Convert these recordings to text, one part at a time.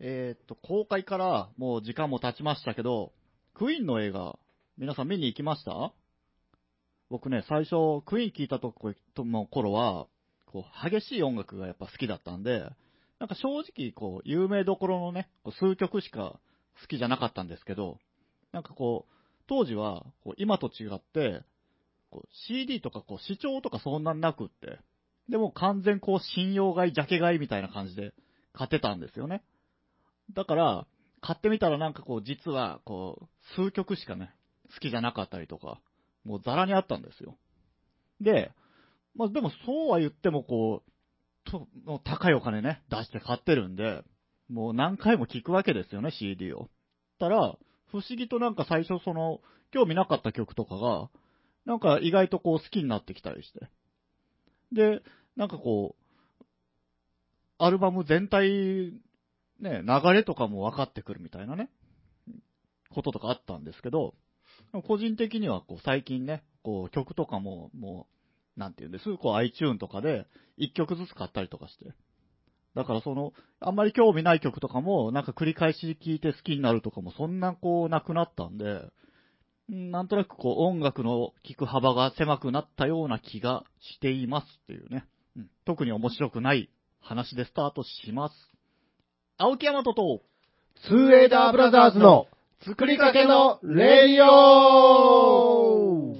えーっと、公開からもう時間も経ちましたけど、クイーンの映画、皆さん見に行きました僕ね、最初、クイーン聞いたとことの頃は、こう、激しい音楽がやっぱ好きだったんで、なんか正直、こう、有名どころのね、こう数曲しか好きじゃなかったんですけど、なんかこう、当時は、こう今と違って、こう CD とかこう視聴とかそんなんなくって、でも完全こう信用買い、ジャケ買いみたいな感じで買ってたんですよね。だから、買ってみたらなんかこう実はこう数曲しかね、好きじゃなかったりとか、もうザラにあったんですよ。で、まあでもそうは言ってもこう、ともう高いお金ね、出して買ってるんで、もう何回も聞くわけですよね、CD を。たら、不思議となんか最初その、興味なかった曲とかが、なんか意外とこう好きになってきたりして。で、なんかこう、アルバム全体、ね、流れとかも分かってくるみたいなね、こととかあったんですけど、個人的にはこう最近ね、こう曲とかも、もう、なんていうんです、こう iTune とかで1曲ずつ買ったりとかして。だからその、あんまり興味ない曲とかも、なんか繰り返し聴いて好きになるとかもそんなこうなくなったんで、うんなんとなくこう音楽の聴く幅が狭くなったような気がしていますっていうね。うん、特に面白くない話でスタートします。青木山とと、ツーエイダーブラザーズの作りかけのレイオ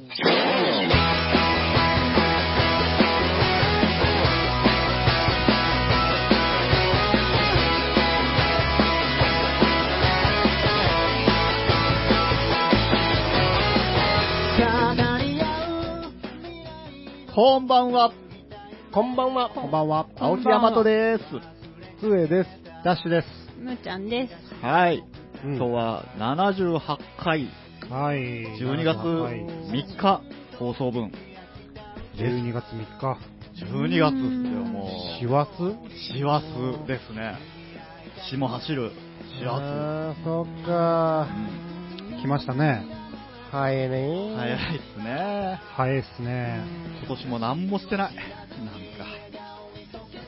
こんばんは、こんばんは。こんばんは。青木山とです。ツーエイです。ダッシュです。むーちゃんです。はい。うん今日は78回、はい。 12月はい3日放送分。 12月3日。 12月ですよ、も師う。走師走ですね。詩も走る。師走。あー、そっうかん来ましたね。ー。早いねー。早いっすね。早いっすね。今年も何もしてない。なん か。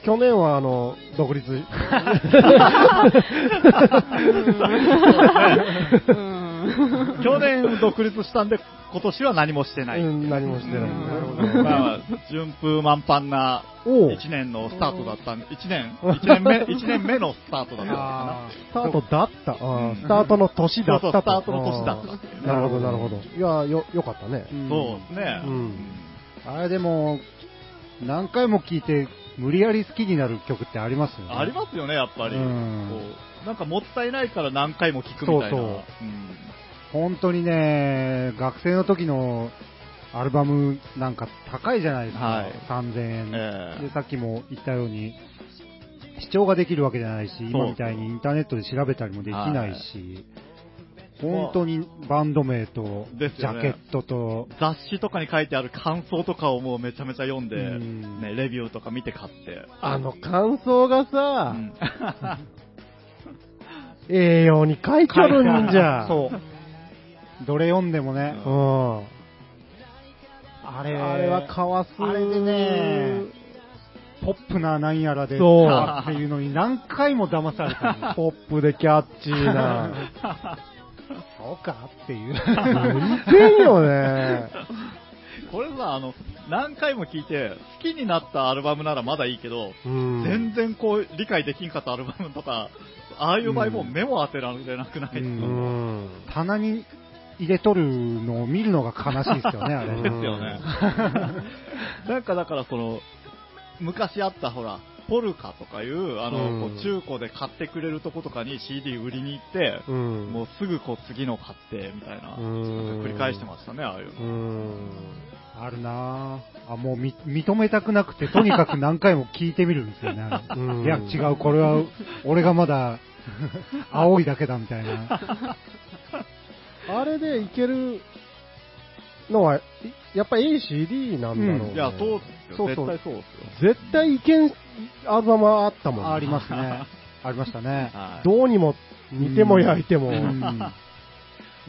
去年はあの、独立。うん。去年独立したんで、今年は何もしてない。うん何もしてない。なるほどまあまあ、順風満帆なおう1年のスタートだったん、1年、 一年目、一年目のスタートだったのかあスタートだった。あースタートの年だったそうそとうスタートの年だったっていうねあーなるほど、なるほど。いや、よ、よかったね。ーな。そうですね。うんあれでも、何回も聴いて、無理やり好きになる曲ってありますよね。ありますよね、やっぱり。こうんうなんかもったいないから何回も聞くみたいな。そうそううん本当にね、学生の時のアルバムなんか高いじゃないですか。はい3000円、ええで、さっきも言ったように、視聴ができるわけじゃないし、今みたいにインターネットで調べたりもできないし、本当にバンド名と、ジですよャねケットと、雑誌とかに書いてある感想とかをもうめちゃめちゃ読んで、うんね、レビューとか見て買って。あの感想がさう、ん栄養に書いちょるん じゃん。そう。どれ読んでもね、ううん。あれ、あれはかわす。あれでね、ポップななんやらで、そうあっていうのに何回も騙された のポップでキャッチーな。 そうかっていう。うるせえよね。 これさ、あの、何回も聞いて、好きになったアルバムならまだいいけど、うん全然こう、理解できんかったアルバムとか、ああいう場合もう目も当てられなくない、ううんん。棚に入れとるのを見るのが悲しいですよ ね、あでれ。すよね。 なんかだからその、昔あったほら、ポルカとかいう、あの、うんこう中古で買ってくれるとことかに CD 売りに行って、うん。もうすぐこう次の買って、みたいな、うんなんか繰り返してましたね、ああいうの。うん。あるなぁ。あ、もうみ認めたくなくて、とにかく何回も聞いてみるんですよね、あれうんいや、違う、これは、俺がまだ、青いだけだみたいな。あれでいけるのは、いやっぱいい CD なんだろうね、うんいや、そうですよ。そうそう絶対そうですよ。絶対いけんアルバムはあったもん、ありますね。ありましたね。はいどうにも、煮ても焼いても、うん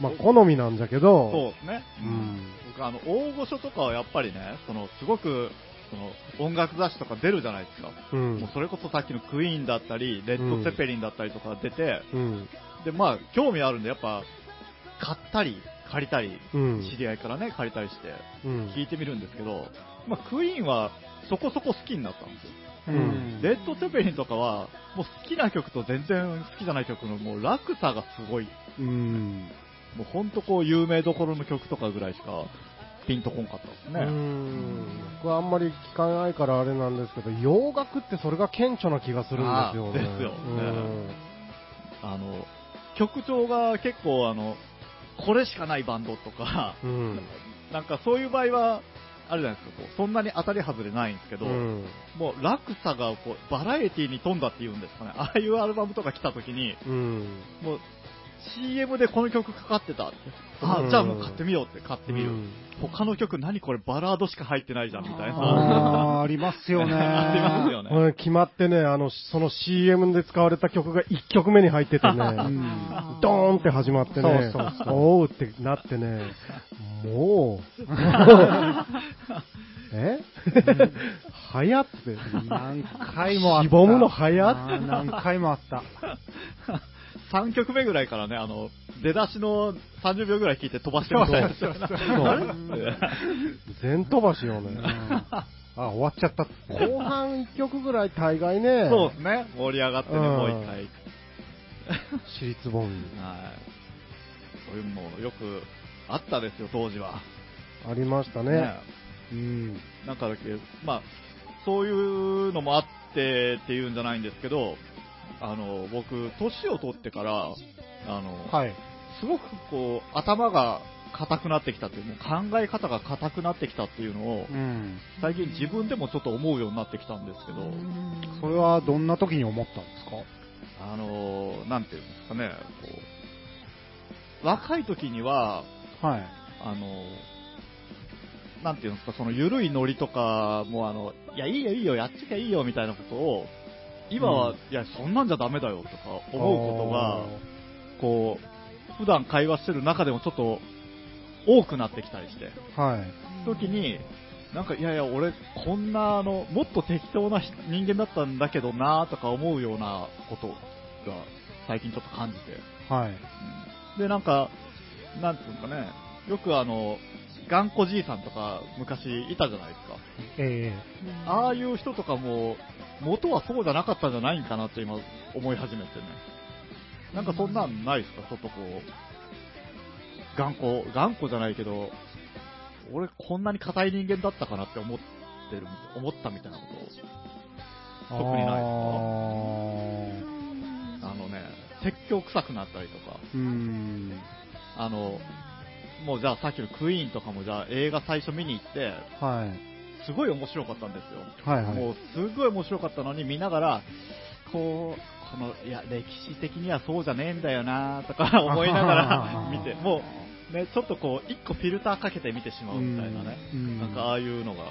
まあ好みなんだけど、そうですね。うん僕あの、大御所とかはやっぱりね、その、すごく、その音楽雑誌とか出るじゃないですか、うんもうそれこそさっきのクイーンだったり、レッド・セペリンだったりとか出て、うん。でまあ興味あるんで、やっぱ買ったり、借りたり、うん知り合いからね、借りたりして、うん聞いてみるんですけど、まあ、クイーンはそこそこ好きになったんですよ。うんレッド・セペリンとかは、もう好きな曲と全然好きじゃない曲のもう落差がすごい。うん。もうほんとこう有名どころの曲とかぐらいしかピンとこんかったですうね。ん。僕はあんまり聞かないからあれなんですけど、洋楽ってそれが顕著な気がするんですあーよね。ですよねうんあの、曲調が結構あの、これしかないバンドとか、うん。なんかそういう場合は、あれじゃないですか、こうそんなに当たり外れないんですけど、うんもう落差がこうバラエティに富んだっていうんですかね、 ああいうアルバムとか来た時に、うん。もう CM でこの曲かかってたって、あ、うんじゃあもう買ってみようって買ってみる。うん他の曲何これバラードしか入ってないじゃんみたいな。あーありますよね。 ありますよね。うん決まってね、あの、その CM で使われた曲が1曲目に入っててね、 うんドーンって始まってね、そうそうそうおうってなってね、も う、え早っって。何回もあった。しぼむの早っあー何回もあった。 3曲目ぐらいからね、あの、出だしの30秒ぐらい聞いて飛ばしてましたよね。 あれ全飛ばしようんね。あ、終わっちゃったっつって。後半1曲ぐらい大概ね、そうですね。盛り上がってね、うんもう一回。私立ボンはい。そういうのもよくあったですよ、当時は。ありましたね。うん。なんかだけ、まあ、そういうのもあってっていうんじゃないんですけど、あの、僕、年を取ってから、あの、はい。すごくこう、頭が硬くなってきたっていう、もう考え方が硬くなってきたっていうのをう、ん。最近自分でもちょっと思うようになってきたんですけど、それはどんな時に思ったんですかあのー、なんていうんですかね、こう、若い時には、はい。あのー、なんていうんですか、その緩いノリとかも、あの、いや、いいよいいよ、やっちゃきゃいいよみたいなことを、今は、うんいや、そんなんじゃダメだよとか思うことが、こう、普段会話してる中でもちょっと多くなってきたりして、とが、はい。時に、なんか、いやいや、俺、こんな、あの、もっと適当な人人間だったんだけどなとか思うようなことが、最近ちょっと感じて。はい。うんで、なんか、なんていうのかね、よくあの、頑固じいさんとか昔いたじゃないですか。えああいう人とかも、元はそうじゃなかったんじゃないんかなって今思い始めてね。なんかそんなんないですかちょっとこう、頑固、頑固じゃないけど、俺こんなに硬い人間だったかなって思ってる、思ったみたいなことえ特にないですかを。あのね、説教臭くなったりとか、うん。あの、もうじゃあさっきのクイーンとかもじゃあ映画最初見に行って、はい。すごい面白かったんですよ。はいはい。もうすごい面白かったのに見ながら、こう、この、いや、歴史的にはそうじゃねえんだよなとか 思いながら見て、もう、ね、ちょっとこう、一個フィルターかけて見てしまうみたいなね。うんなんかああいうのが、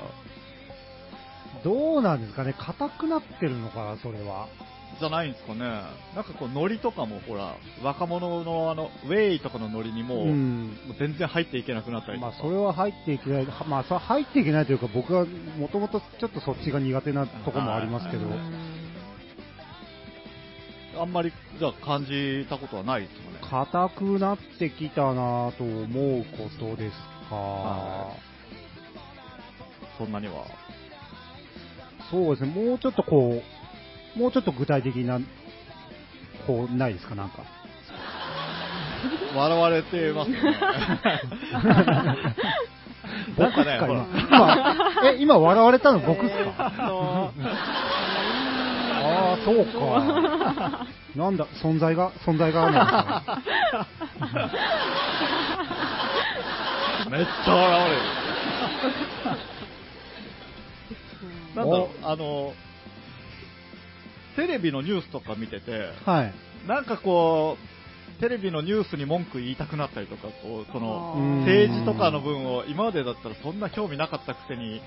どうなんですかね硬くなってるのかなそれは。じゃないんですかね。なんかこう、ノリとかもほら、若者のあの、ウェイとかのノリにも、ん。もう全然入っていけなくなったりとまか。あ、それは入っていけない、はまあ、それは入っていけないというか、僕はもともとちょっとそっちが苦手なとこもありますけど、あんまり、じゃあ感じたことはないですよね。硬くなってきたなと思うことですかは。そんなには。そうですね、もうちょっとこう、もうちょっと具体的な、こう、ないですか、なん か。笑われてますね。なんかね、ほら。今、今え、今笑われたの僕っすか、かああ、そうか。なんだ、存在が、存在があるのかな。めっちゃ笑われる。なんだろう、あの、テレビのニュースとか見てて、 はい。なんかこう、テレビのニュースに文句言いたくなったりとか、こうその、うん政治とかの分を今までだったらそんな興味なかったくせに、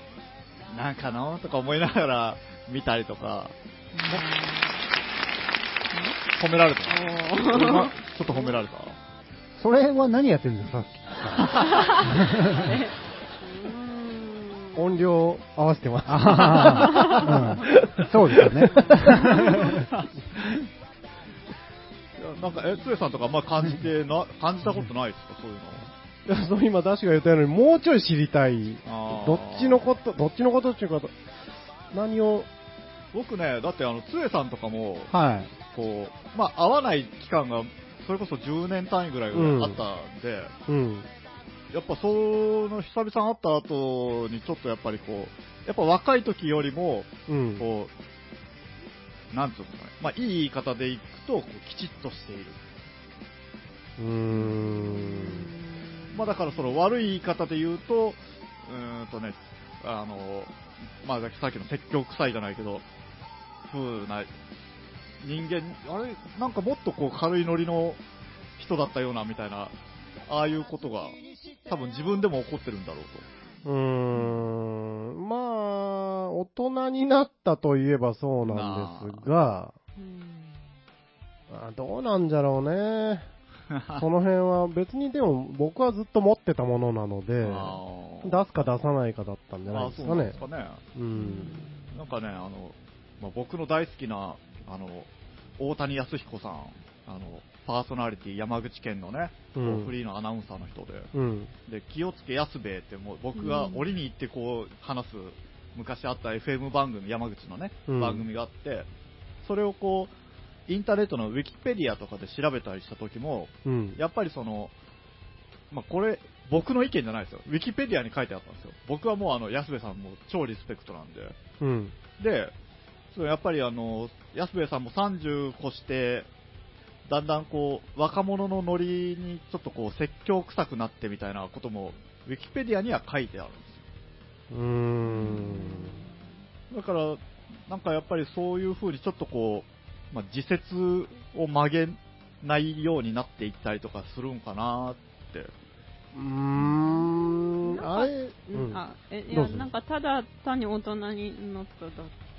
なんかなとか思いながら見たりとか、褒められた。今ちょっと褒められた。 それは何やってるんですか、さっき。音量合わせてます。あーうんそうですよね。いやなんか、え、つえさんとかあんま感じてな、感じたことないですか、そういうの。いやそう今、ダッシュが言ったように、もうちょい知りたい。あーどっちのこと、どっちのことっていうか、何を、僕ね、だってあの、つえさんとかも、はい。こう、まあ、会わない期間が、それこそ10年単位ぐらいがうんあったんで、うん。やっぱその久々に会った後にちょっとやっぱりこう、やっぱ若い時よりも、うん。こう、なんつうのかね、まあ、いい言い方でいくと、こうきちっとしている。うーん。まあ、だからその悪い言い方で言うと、うーんとね、あの、まあ、さっきの説教臭いじゃないけど、風な、人間、あれ、なんかもっとこう軽いノリの人だったような、みたいな、ああいうことが、多分自分でも起こってるんだろう うーん。まあ、大人になったといえばそうなんですが、あどうなんじゃろうね。その辺は別にでも僕はずっと持ってたものなので、と。出すか出さないかだったんじゃないあでそすうかなんでねす。かね。うん。なんかね、あの、まあ、僕の大好きな、あの、大谷康彦さん、あの、パーソナリティ山口県のね、うんフリーのアナウンサーの人で、うん。で、気をつけ安兵衛ってもう僕がうん折に行ってこう話す、昔あった FM 番組、山口のね、うん番組があって、それをこう、インターネットのウィキペディアとかで調べたりした時も、うん。やっぱりその、まあ、これ、僕の意見じゃないですよ。ウィキペディアに書いてあったんですよ。僕はもうあの、安部さんも超リスペクトなんで。うん。で、そうやっぱりあの、安部さんも30越して、だんだんこう、若者のノリにちょっとこう、説教臭くなってみたいなことも、ウィキペディアには書いてあるんでうーん。すよ。だから、なんかやっぱりそういう風にちょっとこう、まあ、自説を曲げないようになっていったりとかするんかなって。うーん。あれ、うんあえいどうやぞなんかただ単に大人になっただ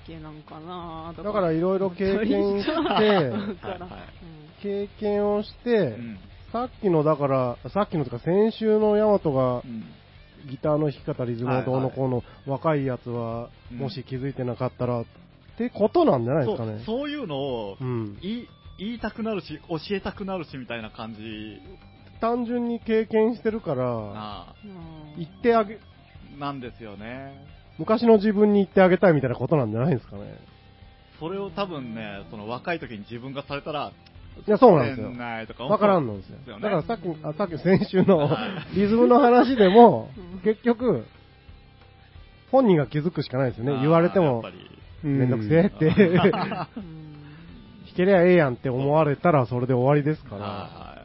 けなんかなとだからいろいろ経 験してだかはいらはい経験をしうて、ん。さっきのだから、さっきのとか先週のヤマトがうんギターの弾き方、リズムをどうのこうの、若いやつは、うんもし気づいてなかったら、ってことなんじゃないそですかうね。そういうのをうん。言い言いたくなるし、教えたくなるしみたいな感じ単純に経験してるから、なうん言ってあげ、なんですよね。昔の自分に言ってあげたいみたいなことなんじゃないですかね。それを多分ね、その若い時に自分がされたら、いや、そうなんですよせ。いとか思うわからんのですよです。よだねからさっき、あさっき先週 のリズムの話でもうん、結局、本人が気づくしかないですよあね。ー言われてやっもぱ、 りめんどくせえっ て、弾うんけりゃええやんって思われたらそれで終わりですから、は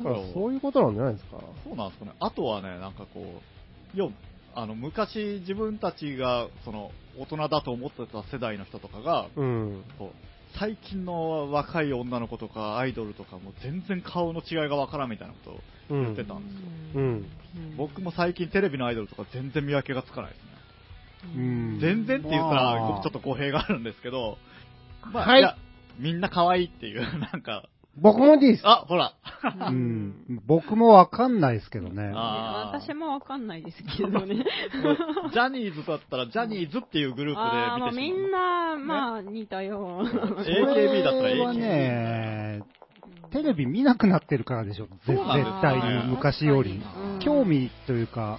いだはかいらそういうことなんじゃないですか。そうなんですかね。あとはね、なんかこう、よあの昔自分たちがその大人だと思ってた世代の人とかが、うん。こう最近の若い女の子とかアイドルとかも全然顔の違いがわからんみたいなことをう言ってん。たんですよ。うん。僕も最近テレビのアイドルとか全然見分けがつかないですね。うん全然って言ったら、まあ僕ちょっと語弊があるんですけど、まあ、はいいや、みんな可愛いっていう、 なんか、僕もです。あ、ほら、ううん ん。僕もわかんないですけどね。あー私もわかんないですけど ね。もうジャニーズだったら、ジャニーズっていうグルーああー、まあプで見みてしんな、まあ似たようまう。な。 AKB だったらそれは AKB。ね、テレビ見なくなってるからでしょ。そう絶なんです絶対に昔より。興味というか、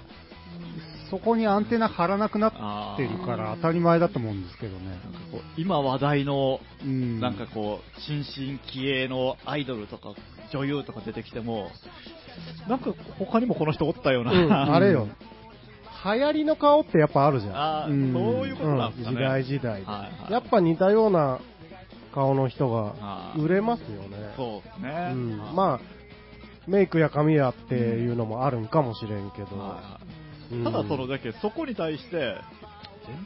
そこにアンテナ張らなくなってるかあらー当たり前だと思うんですけどね。こう今話題の、うん。なんかこう、新進気鋭のアイドルとか、女優とか出てきても、なんか他にもこの人おったよううな。ん、あれよ。流行りの顔ってやっぱあるじゃん。あーうんそういうことなんですか時ね。代時代で、 はいはいやっぱ似たような顔の人がはい売れますよね、そうですね。うん、まあメイクや髪やっていうのもあるんかもしれんけど、はいはいうんただその、だけそこに対して、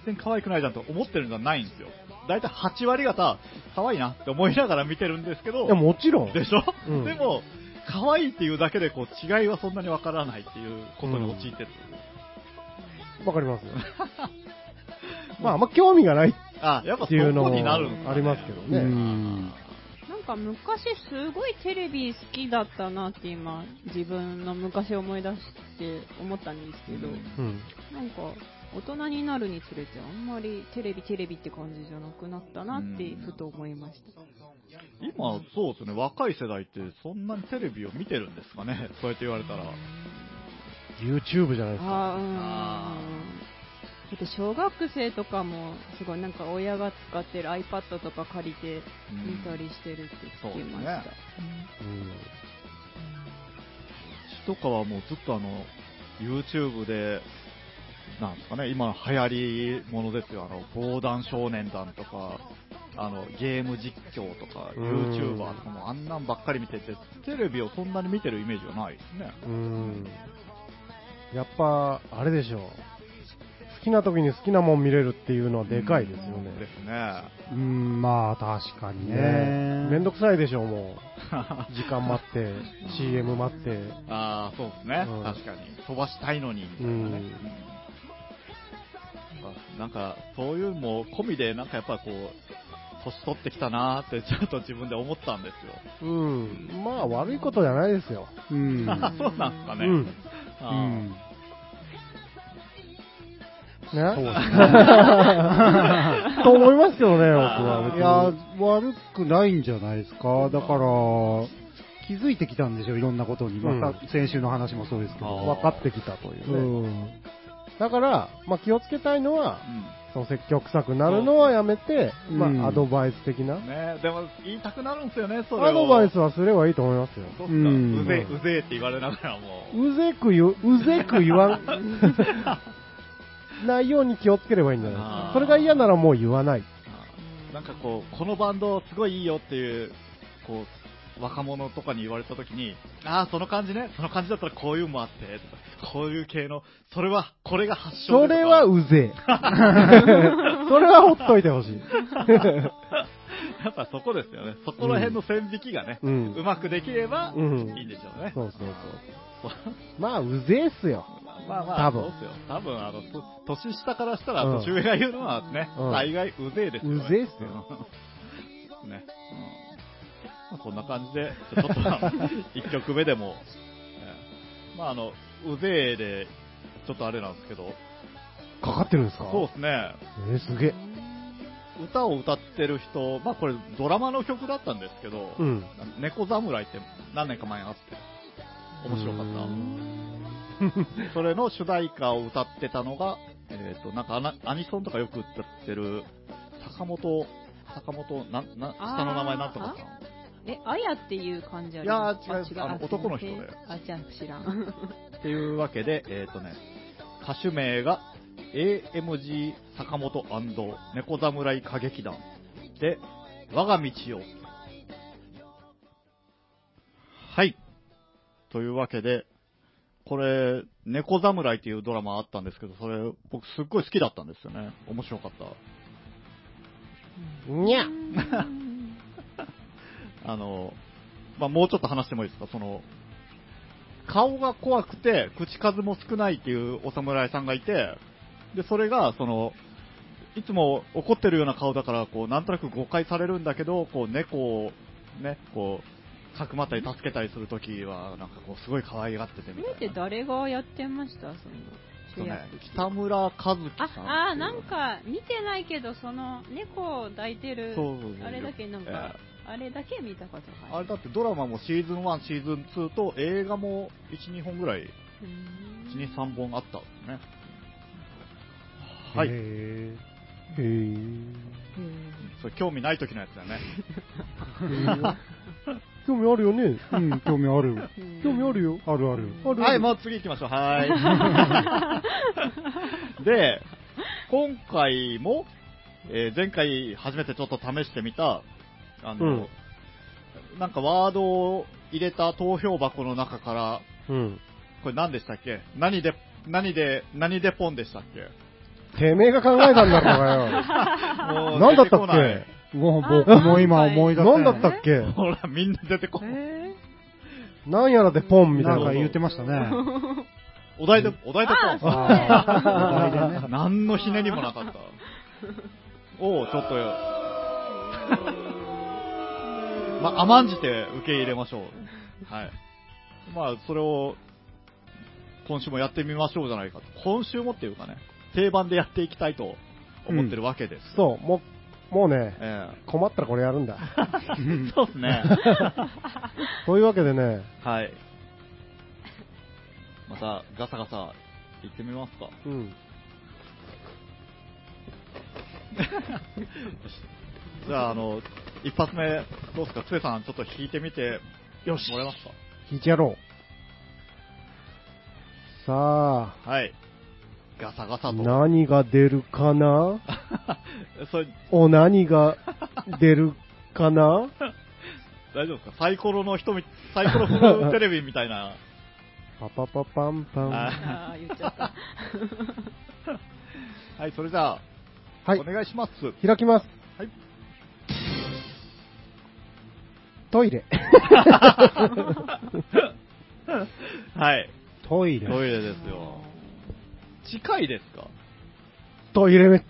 全然可愛くないじゃんと思ってるんじゃないんですよ。だいたい8割方、可愛いなって思いながら見てるんですけど、いやもちろんでしょ、うんでも、可愛いっていうだけでこう違いはそんなにわからないっていうことに陥ってる。わかり ますよまああんま興味がないあ、やっぱそっていうのこもになるんですかねありますけどうねん。なんか昔すごいテレビ好きだったなって今、自分の昔思い出して思ったんですけど、うん。なんか大人になるにつれてあんまりテレビテレビって感じじゃなくなったなってふと思いました。今、そうですね、若い世代ってそんなにテレビを見てるんですかね、そうやって言われたら。 YouTube じゃないですか。あーうんあだって小学生とかもすごいなんか親が使ってる iPad とか借りてうん見たりしてるって聞きました、そうですねうん。私とかはもうずっとあの、YouTube で、なんですかね、今の流行りものですよ、あの、防弾少年団とか、あの、ゲーム実況とか、うん YouTuber とかもあんなんばっかり見てて、テレビをそんなに見てるイメージはないですね。うん。やっぱ、あれでしょう。好きな時に好きなもん見れるっていうのはでかいですよね。ですね。うん、まあ確かにね。ねめんどくくさいでし ょ、もう。時間待って、CM 待って。ああ、そうですね、うん確かに。飛ばしたいのに、みたいなね。あなんか、そういうのも込みで、なんかやっぱこう、年取ってきたなーって、ちょっと自分で思ったんですよ。うん。まあ、悪いことじゃないですよ。う ん。あそうなんですかね。うんあうーん。ね。と思いますけ どね、僕は別いに。や、悪くないんじゃないですか。だから、気づいてきたんでしょ、いろんなことに。うんまた先週の話もそうですけど。分かってきたといううね。んだから、まあ、気をつけたいのは、うその積極臭くなるのはやめて、うんまあ、アドバイス的な。んねでも言いたくなるんですよね、それを。アドバイスはすればいいと思いますよ。そっか、うんうぜえ、うぜえって言われながらもう。うぜく言う、うぜく言 わん、ないように気をつければいいんじゃないあーそれが嫌ならもう言わない。なんかこう、このバンドすごいいいよっていう、こう、若者とかに言われたときに、ああ、その感じね、その感じだったらこういうのもあって、とか、こういう系の、それは、これが発祥そでとかれはうぜえ。 それはほっといてほしい。やっぱそこですよね。そこら辺の線引きがね、ううんまくできれば、うんいいんでしょうね。そうそうそう。まあ、うぜえっすよ。まあま多あ、分そうですよ。多分、あの、と年下からしたら、うん年上が言うのはね、うん大概うぜえですよね。うぜえっすよ。 ね。うんまあ、そんな感じで、ち ょっとあの、一曲目でも、ねまああの、うぜえで、ちょっとあれなんですけど、かかってるんですかそうですね。えーすげえ。歌を歌ってる人、まあこれドラマの曲だったんですけど、うん。猫侍って何年か前にあって、面白かった。それの主題歌を歌ってたのが、えっ、と、なんかアナアニソンとかよく歌ってる、坂本、坂本、な、な、あー下の名前なんとかさん。え、あやっていう感じありいやー違うああの男の人であ、じゃあ知らん。っていうわけで、えっ、とね、歌手名が AMG 坂本猫侍歌劇団で、我が道を。はい。というわけで、これ、猫侍っていうドラマあったんですけど、それ、僕すっごい好きだったんですよね。面白かった。 に ゃあの、まあ、もうちょっと話してもいいですか、その、顔が怖くて、口数も少ないっていうお侍さんがいて、で、それが、その、いつも怒ってるような顔だから、こう、なんとなく誤解されるんだけど、こう、猫を、ね、こう、かくまったり助けたりするときは、なんかこう、すごい可愛がっててみこれったていな。誰がやってましたそのえっと主ね役、北村和樹さんっていう。あ、あー、なんか見てないけど、その猫を抱いてる、そうそうそうあれだけなんか、あれだけ見たことがああれる。だってドラマもシーズン1、シーズン2と映画も1、2本ぐらい、うーん1、2、3本あったんですね。はいへーへえ。それ興味ない時のやつだよね。興味あるよ ね。うん、興味ある。 うん興味あるよ。あるある。あるはい、もう次行きましょう。 はい。で、今回も、えー前回初めてちょっと試してみた、あの、なんかワードを入れた投票箱の中から、うん。これ何でしたっけ何で、何で、何でポンでしたっけてめえが考えたんだ ろうがよ。も何うだ出ってたこっないけもう僕も今思い出せない何だったっけほら、みんな出てこない。えなんやらでポンみたないんなか。言ってましたね。お題で、お題でポン。あーね何のひねりもなか った。 おお、ちょっとよ。ーまあ、甘んじて受け入れましょう。はい。まあ、それを、今週もやってみましょうじゃないかと。今週もっていうかね、定番でやっていきたいと思ってるわけです。そう、もう、もうね、え困ったらこれやるんだ。 え そうですね。というわけでね、はい。また、ガサガサ、行ってみますか。うん。じゃあ、あの、一発目、どうですか、つえさん、ちょっと弾いてみて、よし。もらえます引いてやろう。さかはい。ガサガあ、サ と。何が出るか なそれ、お、何が出るか な大丈夫ですかサイコロの人み、サイコロ風テレビみたい な。パパパパンパン。あああ、言っちゃった。はい、それじゃあ、はいお、願いします。開きます。 はいトイレ。はい、トイレ。トイレですよ。近いですかトイレめっ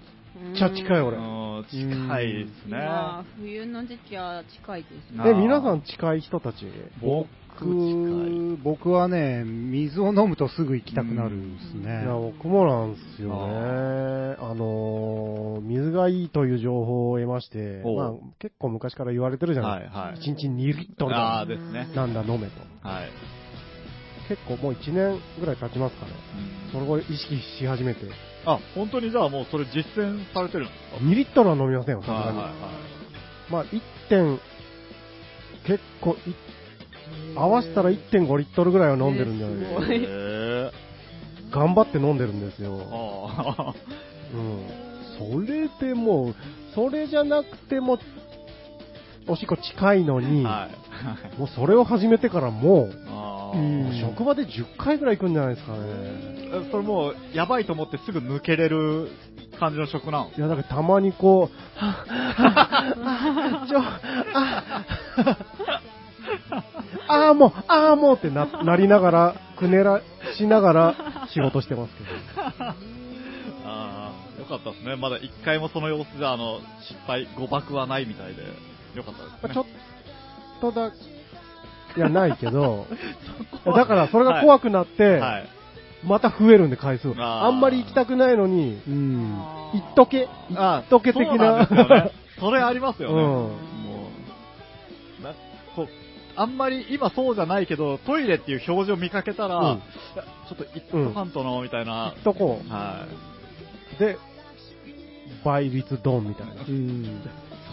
ちゃ近い、う俺。ーん、近いですね。まあ、冬の時期は近いですね。あーえ、皆さん近い人たち僕、近い。僕、僕はね、水を飲むとすぐ行きたくなるんですいねや、。僕もなんですよねあ。あのー、水がいいという情報を得まして、おうまあ、結構昔から言われてるじゃなはいい、はい。 1日2リットルああだー、ですね。なんだ飲めと。はい。結構もう1年ぐらい経ちますかね。それを意識し始めて。あ、本当にじゃあもうそれ実践されてるんですか2リットルは飲みませんよ、さすがはいにはい。まあ、1点、結構い、合わせたら1.5リットルぐらいは飲んでるんじゃえーすなごいいへえ。頑張って飲んでるんですよ。あうん。それでもう、それじゃなくても、おしっこ近いのあ。に、はい。もうそれを始めてからもあうう、ーん職場で10回ぐらい行くんじゃないですかね。えそれもう、やばいと思ってすぐ抜けれる感じの食なんいや、だからたまにこう、はっはっはっはっちょ、あ、あーもう、ああもうってななりながら、くねらしながら仕事してますけど。ああ、よかったですね。まだ一回もその様子じゃ、あの、失敗、誤爆はないみたいで、よかったまあですね。ちょっとだ、いや、ないけど、そこはだからそれが怖くなって、はい。また増えるんで回数あーあんまり行きたくないのにうん。一っとけあー、とけ的なそうなんですよね。それありますよね。うんもう、なこう、あんまり今そうじゃないけど、トイレっていう表示を見かけたら、うんいやちょっと行っとかんとの、みたいな行っ。とこはうで倍率ドンみたいなうん。い。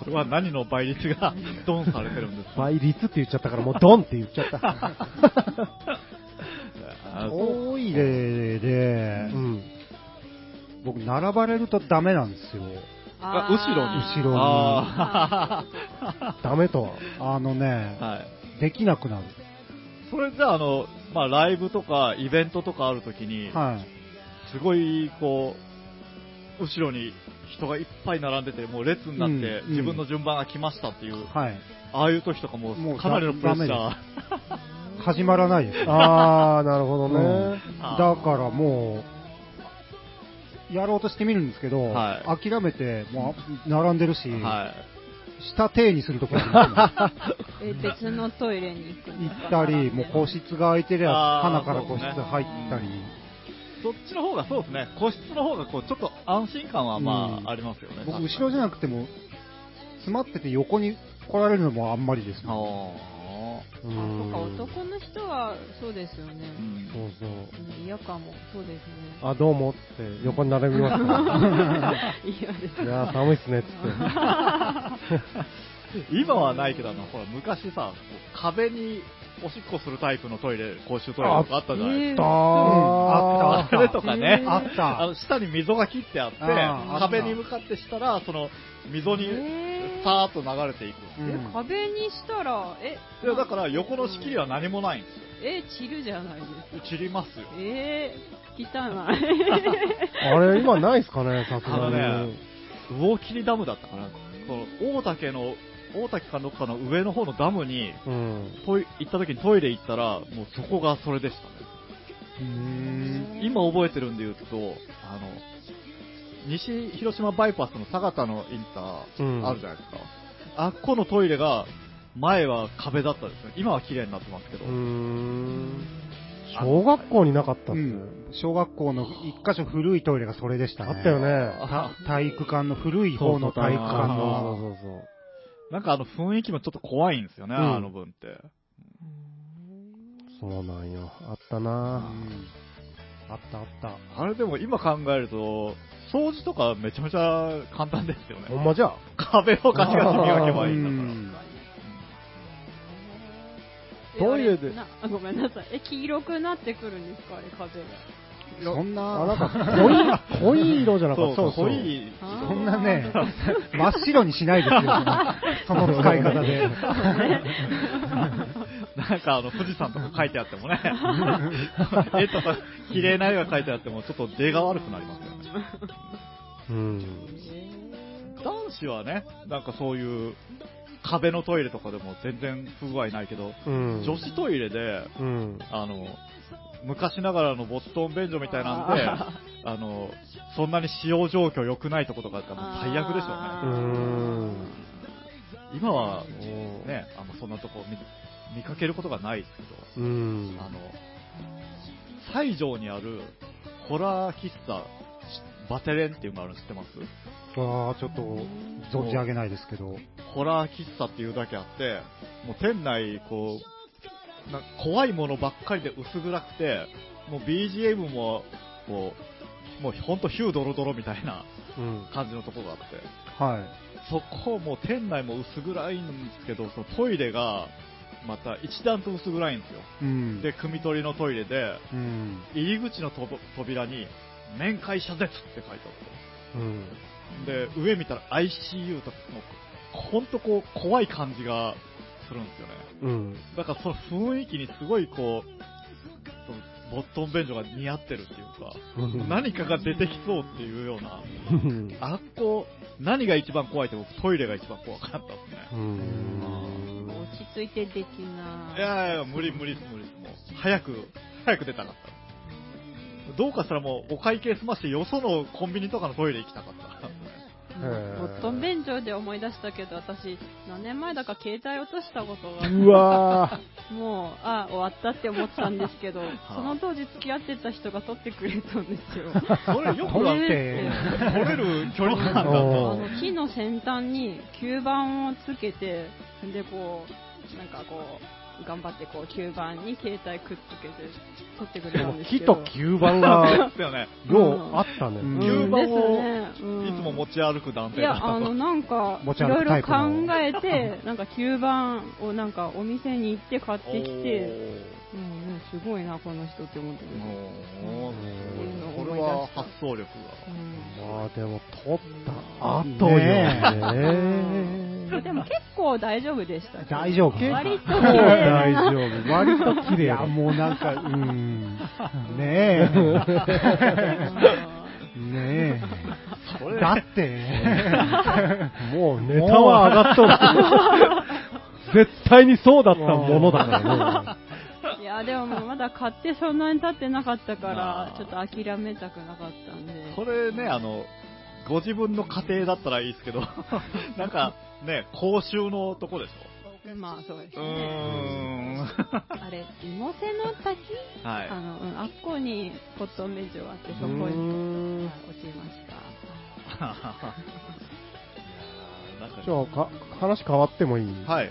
それは何の倍率が ドンされてるんですか倍率って言っちゃったからもうドンって言っちゃった あーそうトイレうで、ん僕、並ばれるとダメなんですよ。あー後ろに後ろにあダメとはあのねー、はい。できなくなる。それじゃあ、あの、まあ、ライブとか、イベントとかあるときに、はい。すごい、こう、後ろに人がいっぱい並んでて、もう列になってう、ん自分の順番が来ましたっていう、はい。ああいう時とかももうかなりのプレッシャー。ダ始まらないです。ああなるほどね、うんあだからもう、やろうとしてみるんですけど、は諦めて、もう並んでるし、はい。下手にするとこ行え別のトイレに行くんですかったり、もう個室が空いてりゃ、あー花から個室そうですね入ったり、そっちの方がそうですね、個室の方がこうちょっと安心感はまうんあありますよね。僕、後ろじゃなくても、詰まってて横に来られるのもあんまりですね。あうあそっかん男の人はそうですよね、あ、そうそううん嫌かもそうですねあどうもって横に並びますか嫌です いやー寒いっすねっつって今はないけど、あのほら昔さ、こう壁におしっこするタイプのトイレ、公衆トイレとかあったじゃないですえか。あああったれとかねえ、ーあったあの下に溝が切ってあって、あー壁に向かってしたら、その溝にえーさーっと流れていく。うえん壁にしたらえいやだから横の仕切りは何もないんですえ散るじゃないですかよ。散りますよ。えー、汚いあれ今ないっすかねさすあがのに、ね、魚切ダムだったかな、この大竹の、大竹かどっかの上の方のダムにうんトイ行った時にトイレ行ったら、もうそこがそれでしたうーんね。 今覚えてるんで言うと、あの、西広島バイパスの佐賀田のインターうんあるじゃないですか。あっこのトイレが、前は壁だったですね。今は綺麗になってますけど。うーん。小学校になかったっうす、ん、小学校の一箇所古いトイレがそれでしたね。あったよね。あ体育館の古い方の体育館あの。そうそうそうそう。 なんかあの雰囲気もちょっと怖いんですよね、うんあの分って。そうなんよ。あったうな、んあったあった。あれでも今考えると、掃除とかめちゃめちゃ簡単ですよほね。んまじゃ。壁をガチガチ磨けばいいうんんトイレでえあれなあごめんなさい。え、黄色くなってくるんですかあれ、風が。そんあ、なな、んか濃い、濃い色じゃだなから。かった。そう、濃い。あー そんなね、 真っ白にしないですよ、その使い方で。なんかあの、富士山とか書いてあっても ね。絵とか、綺麗な絵が書いてあっても、ちょっと出が悪くなりますよね。うん。男子はね、なんかそういう、壁のトイレとかでも全然不具合ないけど、うん。女子トイレで、うん。あの、昔ながらのボストン便所みたいなんで、あの、そんなに使用状況良くないとことかだったらもう最悪でしうーょん。うね。今は、ね、あの、そんなとこ見見かけることがないですけど、うん。あの、西条にあるホラー喫茶、バテレンっていうのがあるの知ってますああ、ちょっと、存じ上げないですけど。ホラー喫茶っていうだけあって、もう店内、こう、な怖いものばっかりで薄暗くて、もう BGM も、こう、もうほんとヒュードロドロみたいなうん。感じのとこがあって、はい。そこもう店内も薄暗いんですけど、そのトイレが、また一段と薄暗いんですよ。うん。で、汲み取りのトイレで、うん。入り口のと扉に、面会謝絶って書いてあっうん。て、で、上見たら ICU とか、もう、ほんとこう、怖い感じがするんですよね。うん。だからその雰囲気にすごいこう、そのボットン便所が似合ってるっていうか、うん何かが出てきそうっていうような、うんあっこ、何が一番怖いって僕トイレが一番怖かったですね。うん落ち着いてできないやいやいや、無理無理です無理です。もう、早く、早く出たかった。どうかしたらもうお会計済ましてよそのコンビニとかのトイレ行きたかった。うんへーボットン便所で思い出したけど、私、何年前だか携帯落としたことがあってうわもう、あ、終わったって思ってたんですけど、その当時付き合ってた人が取ってくれたんですよ。それよく取はれえて、取れる距離感だおと。あの木の先端に吸盤をつけて、でこう、なんかこう、頑張ってこう吸盤に携帯くっつけて取ってくーでれたもんですけ木ど。と吸盤そが、うですよね。ようあったね。うん吸盤をですねうんいつも持ち歩く男い性だや、なあの、と。なんか、持ちいろ歩いくろタイ考プのえて、なんか吸盤をなんかお店に行って買ってきて、うん、ねすごいな、この人って思ってましおーうんこれは発想力が。た。うんまあでも、取った後よねね。でも結構大丈夫でした。大丈夫。割と綺もう大麗な丈夫。割と綺い麗や、だ。もうなんか、うん。ねえ。ねえ。だって、もうネタは上がっとる。絶対にそうだったものだから ね。いや、でももうまだ買ってそんなに経ってなかったかあらー、ちょっと諦めたくなかったんで。これね、あの、ご自分の家庭だったらいいですけど、なんかね、公衆のとこでしまあそうですょうーね。ん。あれ、芋瀬の滝、はあい。の、うん、あっこにポットンメジョがあって、そこに、うはいーん落ちましいやた。ーなんかじゃあか、話変わってもいいはい。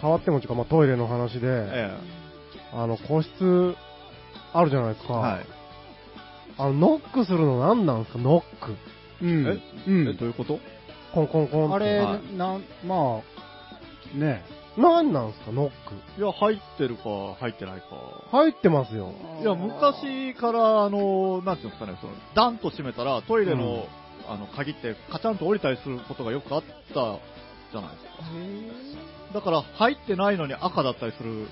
変わってもちか、まあ、トイレの話で、えあの、個室あるじゃないですえ。か。はい。あの、ノックするの何なんですか、ノック。うん。うえ、んど。ういうことコンコンコンあって。れ、はなん、まあ、ね何なんですか、ノック。いや、入ってるか、入ってないか。入ってますよ。いや、昔から、あの、なんていうんですかね、その、ダンと閉めたら、トイレの、うんあの、鍵って、カチャンと降りたりすることがよくあったじゃないですか。だから、入ってないのに赤だったりする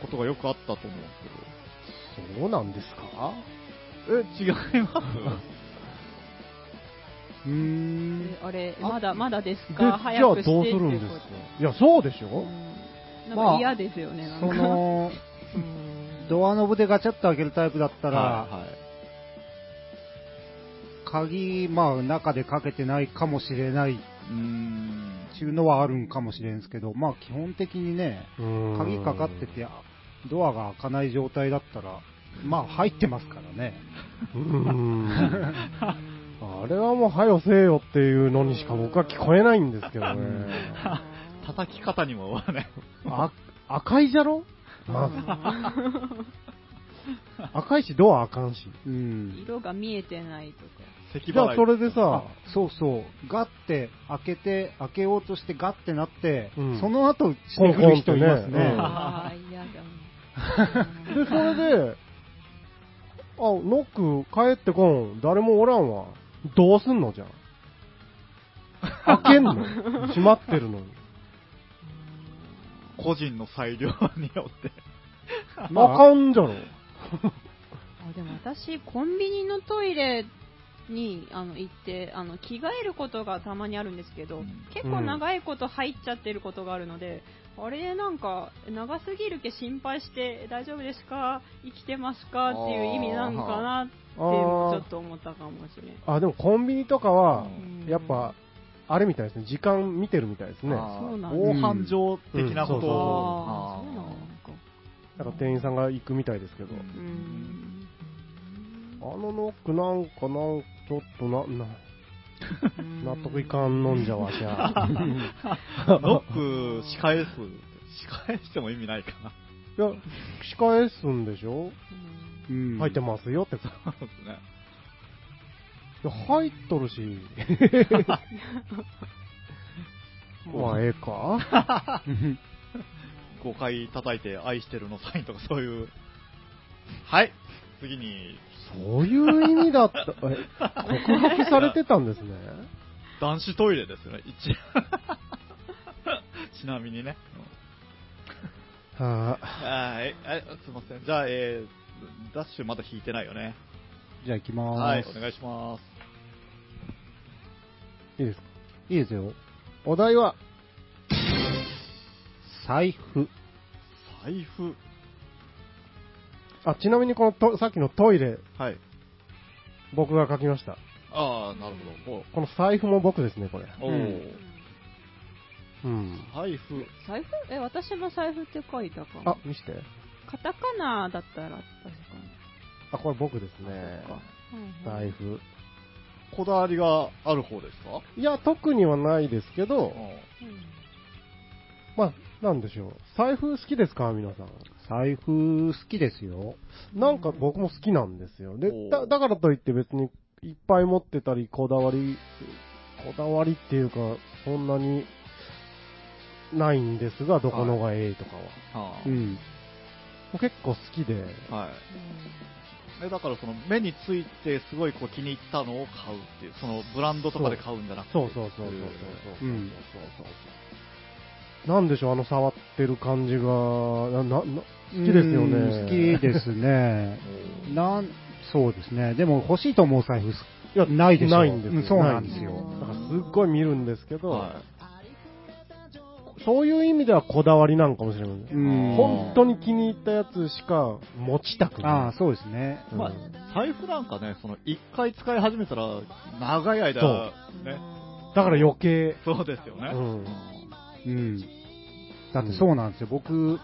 ことがよくあったと思うんでそうなんですかすけど。え、違いまえ。うーんえ。あれ、まだまだですで、じかゃあど早うくすしてってるんですこかといや、そうでしうょんなんまかあ嫌ですよね、なんか。その、うんドアノブでガチャッと開けるタイプだっすたら、はいはい鍵、まあ、中でかけてないかもしれないうーん。っていうのはあるんかもしれんすけど、まあ基本的にね、うん鍵かかってて、ドアが開かない状態だったら、まあ入ってますからね。うーんあれはもう、はよせえよっていうのにしか僕は聞こえないんですけどね。叩き方にも合わない。あ赤いじゃろま ず。赤いし、ドアあかんし。うん。色が見えてないとか。 咳じゃ払あ、いそれでさあ、そうそう、ガッて開けて、開けようとしてガッてなって、うんその後してくる人いますね。うんああ、嫌だ。で、それで、あ、ノック帰ってこん、誰もおらんわ。どうすんのじゃん。開けんの閉まってるのに。個人の裁量によって。まああかんじゃろ。あでも私、コンビニのトイレにあの行ってあの、着替えることがたまにあるんですけど、うん結構長いこと入っちゃってることがあるので、あれなんか、長すぎるけ心配して、大丈夫ですか、生きてますかっていう意味なのかなって、ちょあっと思ったかもしれない。あ、あ、でもコンビニとかは、うんやっぱ、あれみたいですね。時間見てるみたいですね。あーそうなんだ防犯上的なことあをあ、そうなのか。なんか店員さんが行くみたいですけど。うーん。あのノックなんかなんかちょっとな、な、納得いかんのんじゃわし ゃ。あーノック仕返す。仕返しても意味ないかな。いや、仕返すんでしょうんうん入ってますよってさ。そうです ね。いや、入っとる し。まあ、ええか。 5回叩いて愛してるのサインとかそういう。はい。次に、そういう意味だった。え、告白されてたんですね。男子トイレですよね、一 ちなみにね。はあ、はい。はいすいません。じゃあ、えー、ダッシュまだ引いてないよね。じゃあ行きまーす。はい、お願いします。いいですか。いいですよ。お題は、財布。財布。あ、ちなみにこのと、さっきのトイレ、はい。僕が書きました。ああ、なるほど。この財布も僕ですね、これ。おおー、うんうん。財布。財布え、私も財布って書いたかも。あ、見して。カタカナだったら、確かに。あ、これ僕ですね。財布。こだわりがある方ですかいや、特にはないですけど、うまあ、なんでしょう。財布好きですか皆さん。財布好きですよ。なんか僕も好きなんですよ。でお、うだだからといって別にいっぱい持ってたり、こだわり、こだわりっていうか、そんなにないんですが、どこのがええとかは。はあうん。もう結構好きで、はい。えだからその目についてすごいこう気に入ったのを買うっていう、そのブランドとかで買うんじゃなくて。そうそうそうそうそうそうそうそうそうそう、うんなんでしょう、あの触ってる感じが、な、な、な好きですようんね。好きです ね。なん、そうですね。でも欲しいと思う財布す、いやないでしょないんですようんそうなんですよ。だからすっごい見るんですけど、はそういう意味ではこだわりなんかもしれません。うん本当に気に入ったやつしか持ちたくああな、い。そうですね。い。まあ、財布なんかね、その一回使い始めたら、長いそ間、ね、だから余計、そうですよね。うんうん。だってそうなんですよ。僕、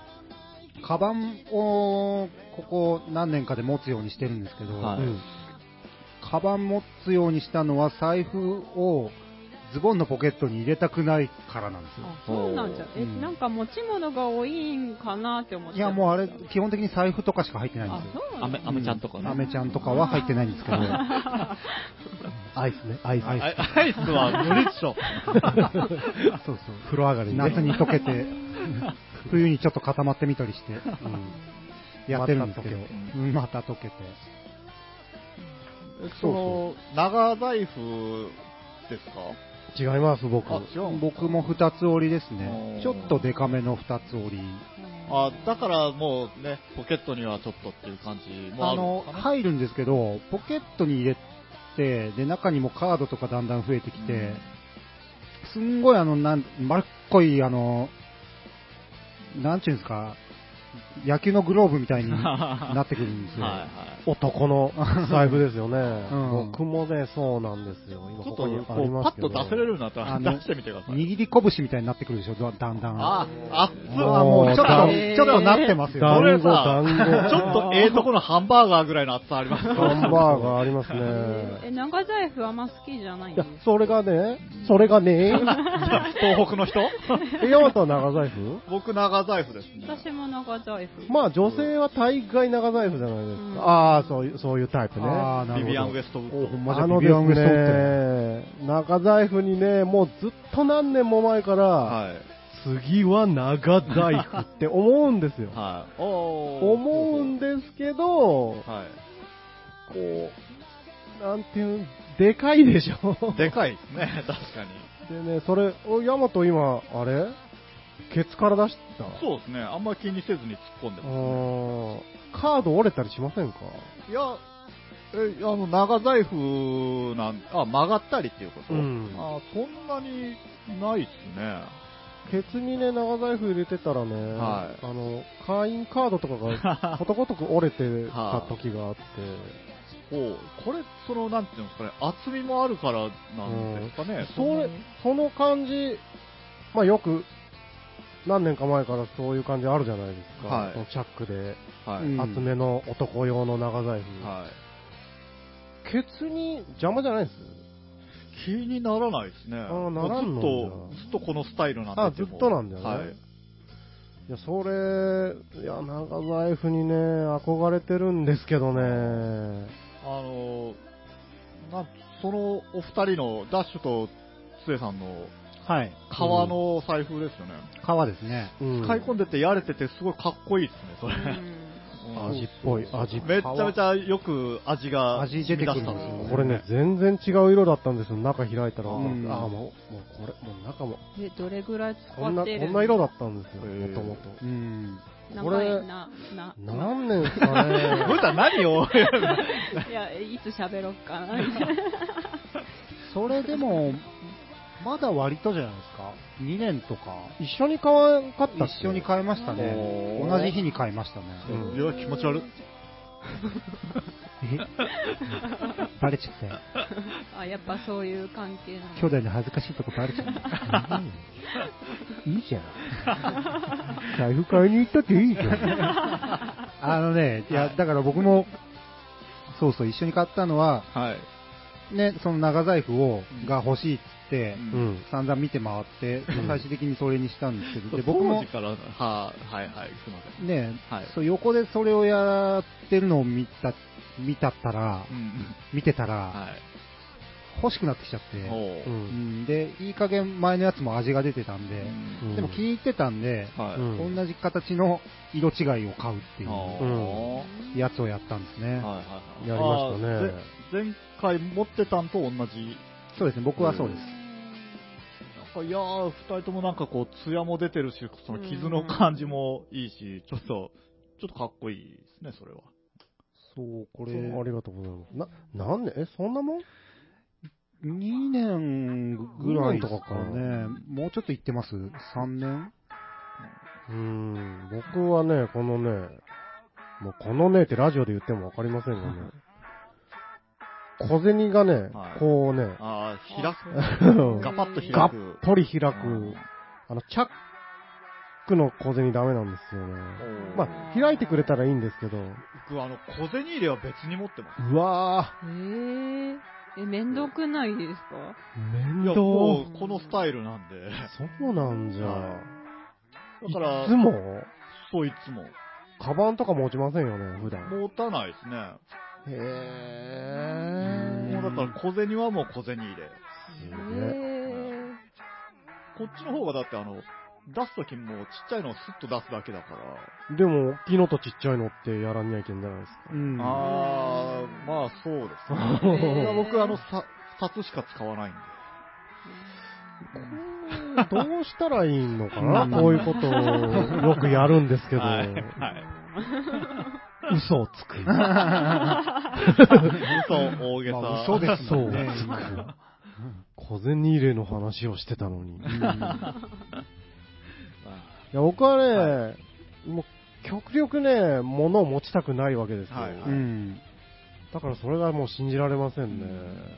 カバンをここ何年かで持つようにしてるんですけど、はいうんカバン持つようにしたのは財布をズボンのポケットに入れたくないからなんですよ。あそうなんじゃ。え、うんなんか持ち物が多いんかなって思って。いや、もうあれあ、、基本的に財布とかしか入ってないんですよ。そうアなんメだ。アメちゃんとかね。アメちゃんとかは入ってないんですけど、アイスね、アイス。アイスあアイスは無理でしょ。そうそう。風呂上がりね夏に溶けて、冬にちょっと固まってみたりして、やってるんですけどまた溶、けうんまた溶けて。その、長財布ですか違います、僕。あ、違う僕も二つ折りですおねー。ちょっとデカめの二つ折り。あ、だからもうね、ポケットにはちょっとっていう感じもああるの、のかな。入るんですけど、ポケットに入れて、で、中にもカードとかだんだん増えてきて、すんごいあの、なん、丸っこいあの、なんちゅうんですか、野球のグローブみたいになってくるんですよ。はいはい男の財布ですよねん。僕もね、そうなんですよ。今ちょこっとここにうありまパすッけとど。出せれるようになったらあの出してみてください。握り拳みたいになってくるでしょ、だだんだん。あ、熱っうあわもうちょっと、えーちょっとなってますよ。そ団れ子、団 ち子。ょっとええとこのハンバーガーぐらいの厚さあり ます。ハンバーガーありますえ、ね。長財布あんま好きじゃないんいでやす、それがね、それが ね、東北の人え、ヤマトは長財布 僕長財布ですね。私も長財布。まあ女性は大概長財布じゃないですうんか。ああ、そういう、そういうタイプね。ああ、なるビほど。ビアン・ウェストウッおドほ。んまじあゃのでビビアンウェストウッすね、長財布にね、もうずっと何年も前から、はい。次は長財布って思うんですよ。はい。お思うんですけど、はこう、なんていう、でかいでしょ い。。でかいですね、確かに。でね、それ、おヤマト今、あれケツから出したそうですね、あんまり気にせずに突っ込んでうますね。んカード折れたりしませんかいや、え、あの、長財布なん、あ、曲がったりっていうこと、うんあそんなにないっす ね。ケツにね、長財布入れてたらね、はいあの、会員カードとか がことごとく折れてた時があって、おうこれ、その、なんていうんですかね、厚みもあるからなんですかね。それ、その感じ、まあよく、何年か前からそういう感じあるじゃないですか。はいそのチャックで、そはい、うん厚めの男用の長財布。はい。ケツに邪魔じゃないです気にならないですね。ーならんのもうずっと、ずっとこのスタイルなんであずっとなんだよねはい。いや、それ、いや、長財布にね、憧れてるんですけどね。あのーなんそのお二人の、ダッシュとつえさんのド。はい。革の財布ですよね。革ですね。うん使い込んでてやれててすごいかっこいいですね、それ。うん味っぽい、味っぽい。めっちゃめちゃよく味が味出てくるんですよ出したんですこれね、全然違う色だったんですよ。中開いたら、うんああ、もう、もうこれ、もう中も、え、どれぐらいこ使んな、こってるんな色だったんですよ、へもーともと。うん。こ長れいな、な、何年ですかよ。 ね。ブタ何を いや、いつ喋ろっ かな、みたいな。それでも、まだ割とじゃないですか。2年とか。一緒に買わんかったっけ一緒に買いましたねお。ー同じ日に買いましたね。いや、気持ち悪い。 バレちゃったよ。あ、やっぱそういう関係な兄の。弟の恥ずかしいとこバレちゃった。いいじゃん。 財布買いに行ったっていいじゃん。あのね、いや、だから僕も、そうそう、一緒に買ったのは、はい。ね、その長財布を、が欲しいっつって、うんうん。散々見て回ってう、ん最終的にそれにしたんですけど、でで僕僕もも当時、から、ははいはい、すいません。ね、はいそう横でそれをやってるのを見た、見たったら、うん。見てたら、はい。欲しくなってきちゃって、おうう。んうんんで、いい加減前のやつも味が出てたんで、うんでも気に入ってたんで、はい。うん同じ形の色違いを買うっていおうーうんやつをやったんですね。はいはいはい。やりましたねあーぜ前回持ってたんと同じ。そうですね、僕はそうです。なんかいやー、二人ともなんかこう、艶も出てるし、その傷の感じもいいし、ちょっと、ちょっとかっこいいですね、それは。そう、こそれ、うありがとうございます。な、何年え、そんなもん2年ぐらいとかか二ね、もうちょっと行ってます ?3 年うーん、僕はね、このね、もうこのねってラジオで言ってもわかりませんがね、小銭がね、はいこうね、ああ、開く。がガパッと開く。っぽり開うんく、あの、チャックの小銭ダメなんですよね。まあ、開いてくれたらいいんですけど、僕、あの、小銭入れは別に持ってます。うわえー、え、めんどくないですかぁ、面いや、倒。もう、このスタイルなんで。そうなんじゃ。だからいつ、も、そういつも。カバンとか持ちませんよね、普段。持たないですね。へもうだから小銭はもう小銭入れ。すげえ。えこっちの方がだってあの、出すときもちっちゃいのをスッと出すだけだから。でも、大きいのとちっちゃいのってやらにゃいけんじゃないですか。うん。あー、まあそうですー。ね。いや、えー僕あの、さ、札しか使わないんで。どうしたらいいのかな、うんこういうことをよくやるんですけど、はい。はい。嘘をつく。嘘、大げさ。まあ、嘘ですそもうんね。小銭入れの話をしてたのに。いあや、僕はね、もう極力ね、物を持ちたくないわけですよ。はいはいうん。だからそれがもう信じられませんね。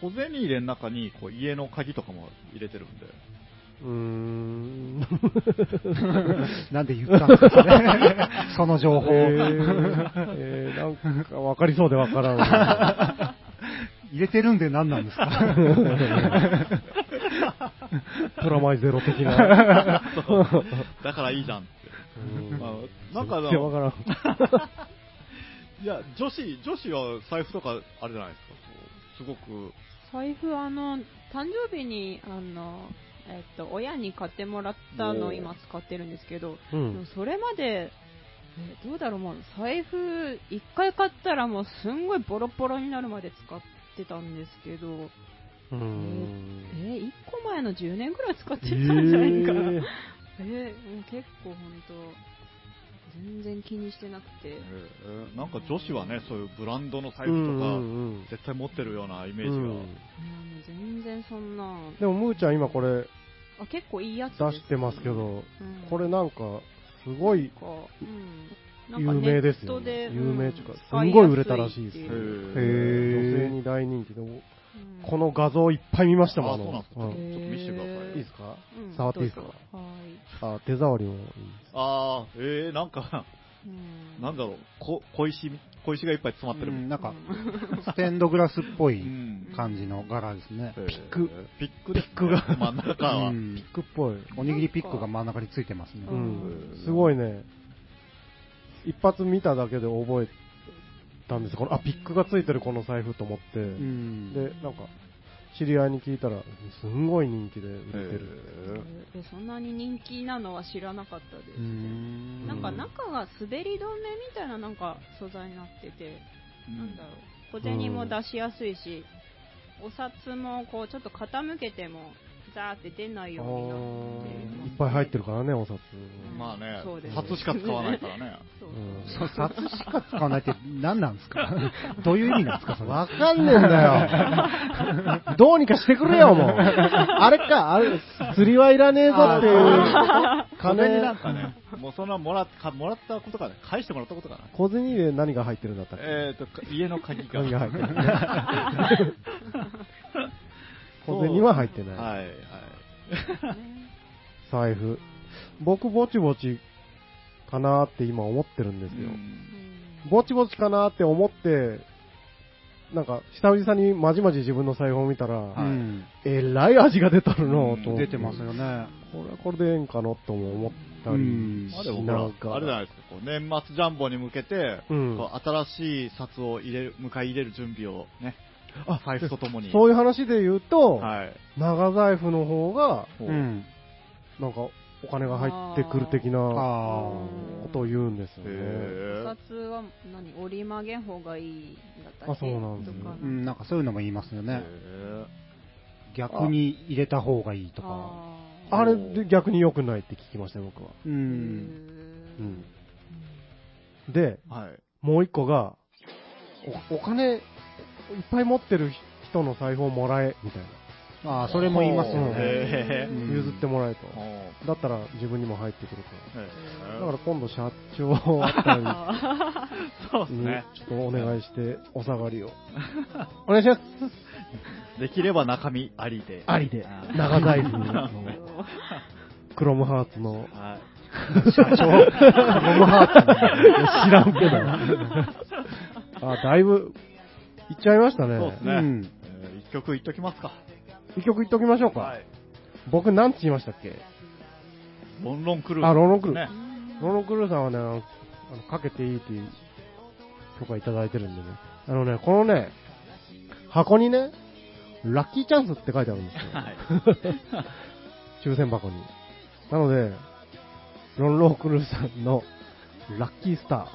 小銭入れの中にこう家の鍵とかも入れてるんで。うーん。 なんで言ったんですか ね。その情 報。えーえーなんかわかりそうでわからん な。入れてるんで何なんですかプラマイゼロ的な。だからいいじゃんって。まあ、なんかあ全の然わからん。いや、女子、女子は財布とかあれじゃないですか。こうすごく。財布、あの、誕生日に、あの、えっと、親に買ってもらったのを今使ってるんですけど、うで もん。それまで、えどうだろう、もう財布、一回買ったらもうすんごいボロボロになるまで使ってたんですけど、うーんえー、一個前の10年ぐらい使ってたんじゃないかな。えーもう結構本当全然気にしてなくて。なんか女子はね、そういうブランドの財うん布とうか、んうん絶対持ってるようなイメーうジんうんもう全然そんな、でも、むーちゃん今これあ結構いいやつです出してますけど、うんこれなんか、すごいなんかうん、有名ですよねなんかネットで有名っていうかんすんごい売れたらしいですが。よ使やすってへう女性へえ。に大人気で、うんこの画像いっぱい見ましたもん。あ、そうなんですか。ちょっうとん見せてくださへいーよ。いいですかうん触っていいですかどうぞはい。あ、手触りもいいあー、えー、なんか、 うんなんだろう、こ小石、小石がいっぱい詰まってる。うんなんかう、んステンドグラスっぽういん感じの柄ですね。ピック。ピックですね、ピックが。真ん中は。ううんんピックっぽい。おにぎりピックが真ん中についてますねう。んうん。すごいね。一発見ただけで覚えたんですこのあ、ピックがついてるこの財布と思って。うんで、なんか、知り合いに聞いたら、すんごい人気で売ってる。えそんなに人気なのは知らなかったです。うんなんか中が滑り止めみたいななんか素材になってて、なんだろう、小銭も出しやすいし、お札もこうちょっと傾けても、ザーって出ないようになってあーまいすっぱい入ってるからね、お札。まあねそうで、す札しか使わないからね。そううんそ札しか使わないって何なんですか どういう意味なんですかそれ。わかんねえんだよ。どうにかしてくれよ、もう。あれか、あれ、釣りはいらねえぞっていう。小銭なん金、かね、もうそんなもらっかもらったことかね、返してもらったことかな。小銭で何が入ってるんだったっけえーと、か家の鍵が。何が入ってる そう小銭は入ってはい、ない。はい。財布。僕、ぼちぼちかなーって今思ってるんですよ。うんぼちぼちかなーって思って、なんか、久々にまじまじ自分の財布を見たら、ういん。えらい味が出たるのうんと思って出てますよね。これはこれでええんかなとも思ったりあしでもほならがあら。れじゃないですか、こう年末ジャンボに向けて、うんこう新しい札を入れる、迎え入れる準備をね、財布とともに。そういう話で言うと、はい。長財布の方が、こううん。なんか、お金が入ってくる的なあことを言うんですよへね。おー札は何折り曲げん方がいいんだったっけあそうなんですねとかあ。うん、なんかそういうのも言いますよね。へ逆に入れた方がいいとか。あーあれで逆に良くないって聞きましたよ、僕は。う。うんんで、ーはい。もう一個が、おお金、いっぱい持ってる人の財布をもらえ、みたいな。ああ、それも言いますようんね。へうん譲ってもらえとー。ほだったら自分にも入ってくるかうへら。ーだから今度社長あたりに そうですにね。ちょっとお願いして、お下がりを。お願いします。できれば中身ありで。ありであ。ー長財布 の、クロムハーツの、はい。社長、ゴムハーツの。知らんけど。あ、だいぶ、いっちゃいましたそうですね。ねうん。えー一曲いっときますか。一曲いっときましょうか。い。僕、なんて言いましたっけロンロンクルー。あ、ロノクルねー。ロノクルーさんはね、あの、あのかけていいっていう許可いただいてるんでね。あのね、このね、箱にね、ラッキーチャンスって書いてあるんですよ。はい。抽選箱に。なので、ロンロークルーさんのラッキースタ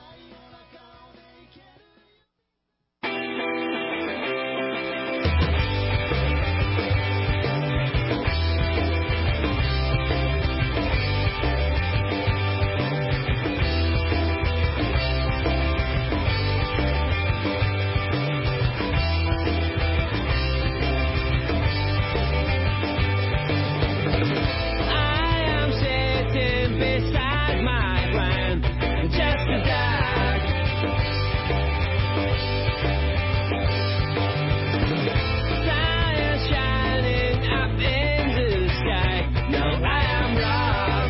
I am sitting beside my crying, just as I. Sun is shining up in the sky. No, I am wrong.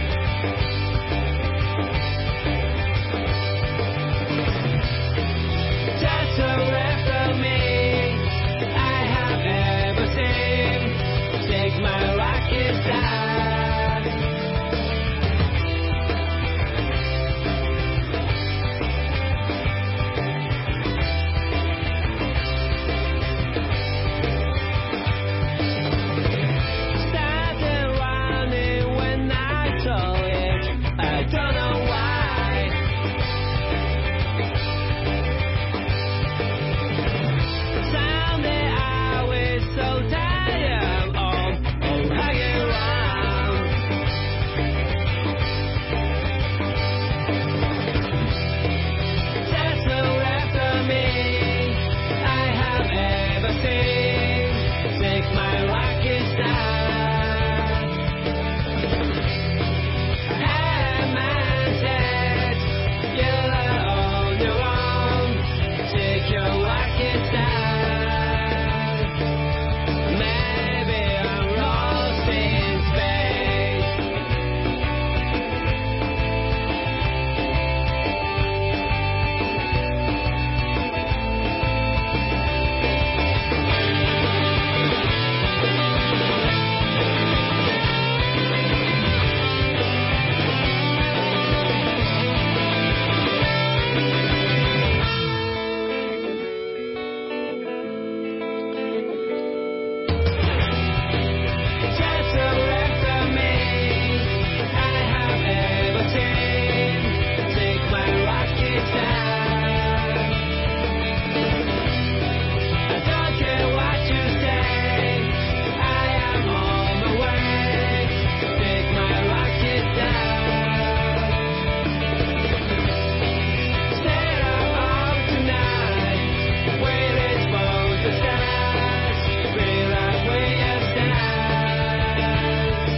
Just a from me. I have ever seen. Take my rocket side. Started running when I saw it. I don't know why. Someday I was so tired of Oh, of hanging around. Just look after me. I have everything. Take my rocket start. Have my chance. You're on your own. Take your rocket start. Maybe I'm lost in space. Just a rest of me. I have everything. Take my rocket down. I don't care what you say. I am on the way. Take my rocket down. Stay up all tonight. Waiting for the stars. Realize we have stars.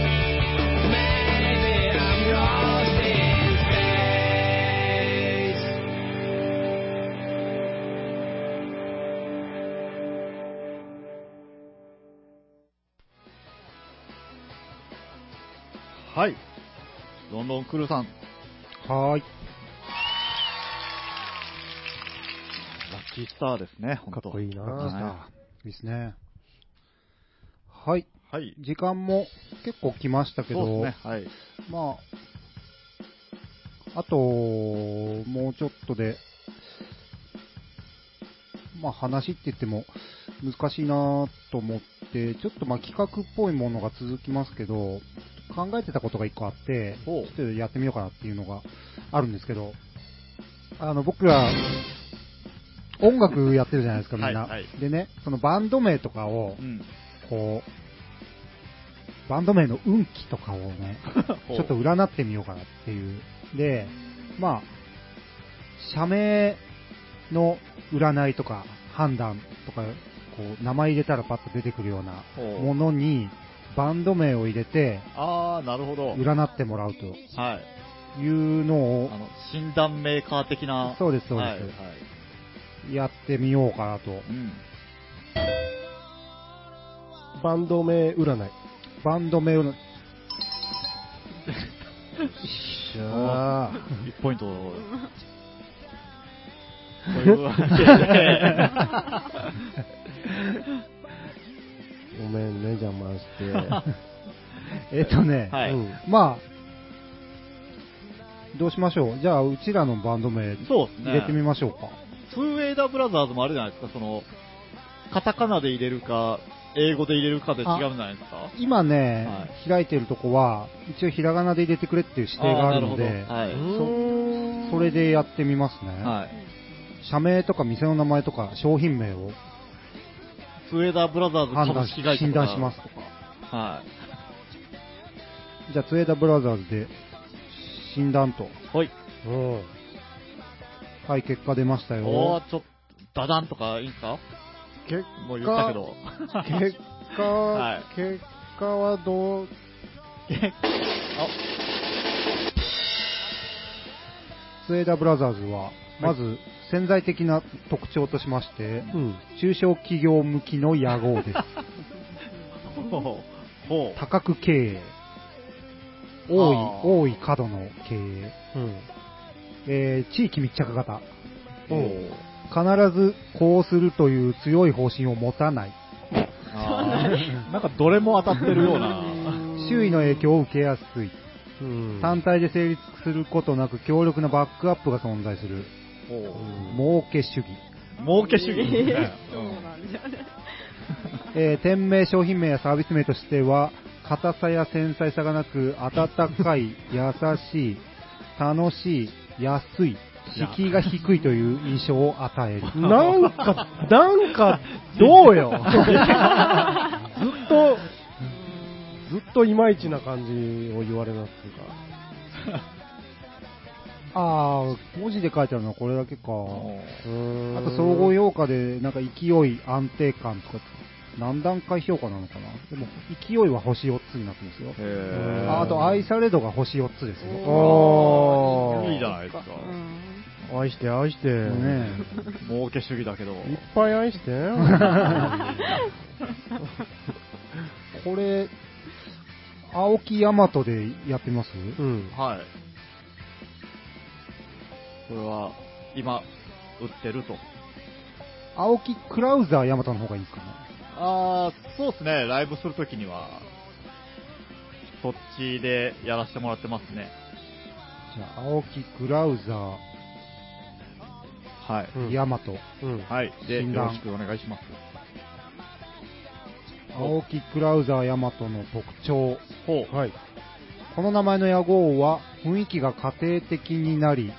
Maybe I'm lost in space. はい。ロンロンクルーさん、はーラい。ッキースターですね、本か当っこいいなラッキースターは。いいですね。はい。い。はい。時間も結構来ましたけそうど、ですね、はい。まあ、あと、もうちょっとで、まあ話って言っても難しいなと思って、ちょっとまあ企画っぽいものが続きますけど、考えてたことが一個あって、ちほょうっとやってみようかなっていうのがあるんですけど、あの僕ら、音楽やってるじゃないですか、みんな。はいはいでね、そのバンド名とかをう、 ん。こう、バンド名の運気とかをね、ちょっとほう、占ってみようかなっていう。で、まあ、社名の占いとか判断とか、こう、名前入れたらパッと出てくるようなほうものに、バンド名を入れて、あー、なるほど。占ってもらうとはい。いうのをあの、診断メーカー的な。そうですそうですはい、はい。やってみようかなと。うん。バンド名占い。バンド名を、よっしゃー1ポイント。 というわけで、ごめんね、邪魔 して。えっとね、はいうんまあ、どうしましょう。じゃあ、うちらのバンド名そうですね。入れてみましょうか。ツーウェイダーブラザーズもあるじゃないですか、その、カタカナで入れるか、英語で入れるかで違うんじゃないですか今ね、は開いてるとこは、一応ひらがなで入れてくれっていう指定があるーなので、ほどはい。そそれでやってみますね、はい。社名とか店の名前とか商品名をツーウェイダーブラザーズ判断株し式会社診とか断しますとか。はい。じゃあ、ツエダブラザーズで診断と。ほい。うん。はい、結果出ましたおよ。ー、ちょっと、ダダンとかいいんすか結もう言ったけど。結果、はい結果はどう、あ松枝ブラザーズは、まず潜在的な特徴としまして、うん。中小企業向きの野号です。ほう ほ多角経営。あー多い、多い角の経営。うん。えー地域密着型。うおう必ずこうするという強い方針を持たない。あーなんかどれも当たってるような。周囲の影響を受けやすい。うん。単体で成立することなく強力なバックアップが存在する。ほう儲け主義。儲け主義ですね。そうなんだよね。えー店名、商品名やサービス名としては、硬さや繊細さがなく、温かい、優しい、楽しい、安い、敷居が低いという印象を与える。なんか、なんか、ど うよ。ずっと、ずっといまいちな感じを言われますあー、文字で書いてあるのはこれだけか。が。うーんあと、総合評価で、なんか勢い、安定感とか、何段階評価なのかな。でも、勢いは星4つになってますよ。へーああと、愛され度が星4つですよ。おーいいじゃないですかうん愛して愛して。ね儲け主義だけど。いっぱい愛 して。えこれ、青木大和でやってみますうん。はい。これは、今、売ってると。青木クラウザー大和の方がいいですかね。あー、そうですね。ライブするときには、そっちでやらせてもらってますね。じゃあ、青木クラウザはい。うんー大和。うん。はい。で、診よ断ろしくお願いします。青木クラウザー大和の特徴。ほう。はい。この名前の屋号は雰囲気が家庭的に なり、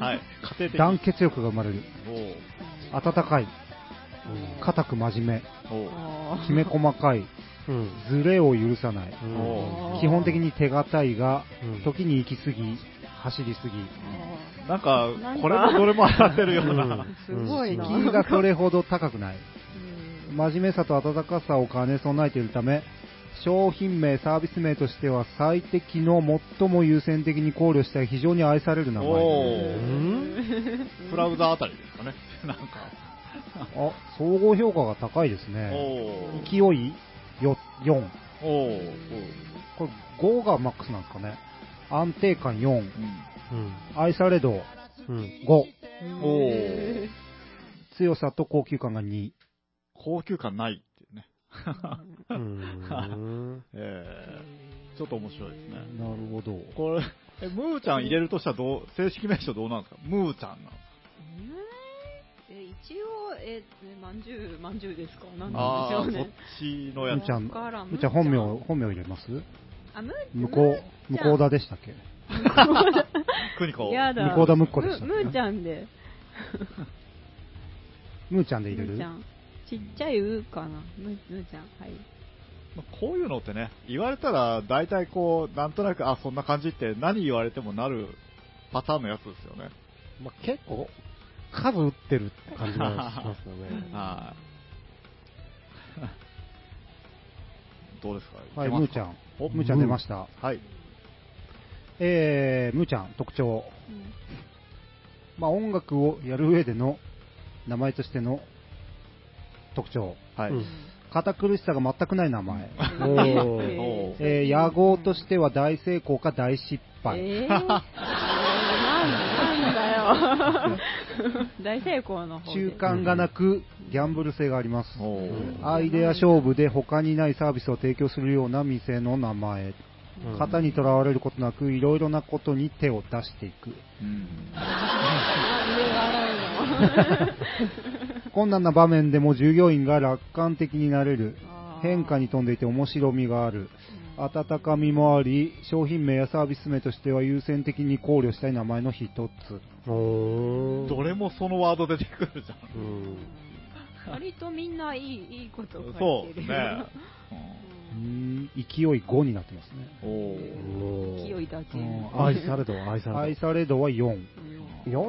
はい。家庭的団結力が生まれる。温かい、固く真面ほう。目、きめ細かい、うん。ズレを許さない。うんほ基本的に手堅いが、うん時に行き過ぎ、走りすぎ。う。なんかなん、かこれもどれも当たってるような。 すごいな。敷居がそれほど高くない。うん真面目さと温かさを兼ね備えているため、商品名、サービス名としては最適の最も優先的に考慮した非常に愛される名前。おうー。んクラウザーあたりですかね。なんか。あ、総合評価が高いですね。お勢いよ4。おおーこれ5がマックスなんですかね。安定感4。愛され度うん。 5。おー強さと高級感が2。高級感ないっていうね。 うん。えー、ちょっと面白いですね。なるほど。これ、え、ムーちゃん入れるとしたらどう、正式名称どうなんですかムーちゃんなの。え一応、え、まんじゅう、まんじゅうですかあなあんー、でしそょっうね。ちのやむつち。ゃん、わからんむちゃん本名、本名入れますあ、む向こう、向こうだでしたっけクニコ。やだ。向田むっこでしたむむーちゃんで。むーちゃんでむ入れーるちゃん。ちっちゃいうーかな。むむーちゃん。はい。まあこういうのってね、言われたら、大体こう、なんとなく、あ、そんな感じって、何言われてもなるパターンのやつですよね。まあ、結構、数打ってるって感じがしますよ ね。はい どうですかはい、いけますかむーちゃんお。むーちゃん出ました。はい。えー、むーちゃん、特徴。うんまあ、音楽をやる上での名前としての特徴。はい。うん堅苦しさが全くない名 前。おーおーえー、野号としては大成功か大失 敗。えー、なんなんだ よ。大成功の方で。習慣がなく、ギャンブル性があります。おーうんアイデア勝負で他にないサービスを提供するような店の名前。うん型にとらわれることなく、いろいろなことに手を出していく。うんなんで笑うの困難な場面でも従業員が楽観的になれる。あー変化に富んでいて面白みがある。温かみもあり、商品名やサービス名としては優先的に考慮したい名前の一つ。おーどれもそのワード出てくるじゃん。うん。割とみんないいいいことを書そいうでてるすよね。うーん勢い5になってますね。おおーおー勢いだけ、うん愛されど、愛され愛され度は4。ど。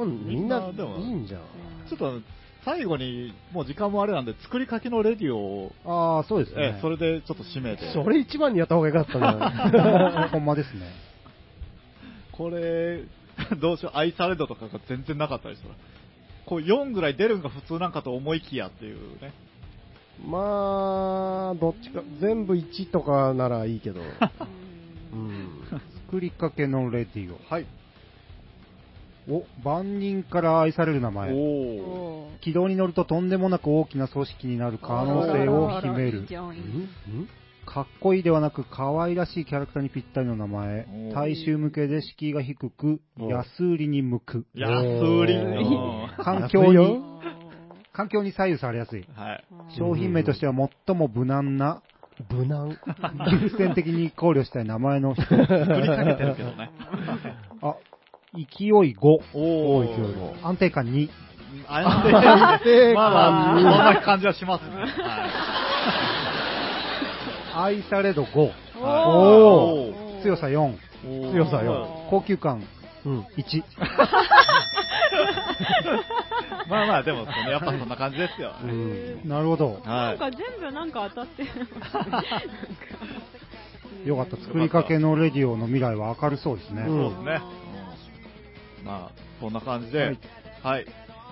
4、みんな、みんなでもいいんじゃん。ちょっと、最後に、もう時間もあれなんで、作りかけのレディオを、ああ、そうですえねえ、。 それでちょっと締めて。それ一番にやった方がよかったんじゃないほんまですね。これ、どうしよう、愛され度とかが全然なかったりしたら、こう4ぐらい出るんが普通なんかと思いきやっていうね。 まあ、どっちか、全部1とかならいい けど。ううんん。作りかけのレディはい。オ。お、万人から愛される名お前。お。おー軌道に乗るととんでもなく大きな組織になる可能性を秘めあらいいるじ。ゃんいいじゃんんかっこいいではなく可愛らしいキャラクターにぴったりの名前おー。大衆向けで敷居が低く、お安売りに向く。安売り。おーうん環境安いによ、環境に左右されやすい。 はい。商品名としては最も無難 な、無難。優先的に考慮したい名前の人。作りかけてるけどね。あ、勢い5。おお。安定感2。安定定感。感まあまあ、そんな感じはしますね。は愛され度5。い。おー強さ4。おー強さよ。高級感うん。 1。まあまあ、でも、そのやっぱそんな感じですよ。うん。なるほど。はなんい。か全部なんか当たってる。なんかよかった。作りかけのレディオの未来は明るそうですね。うそんうですね。うんまあ、そんな感じで、はい。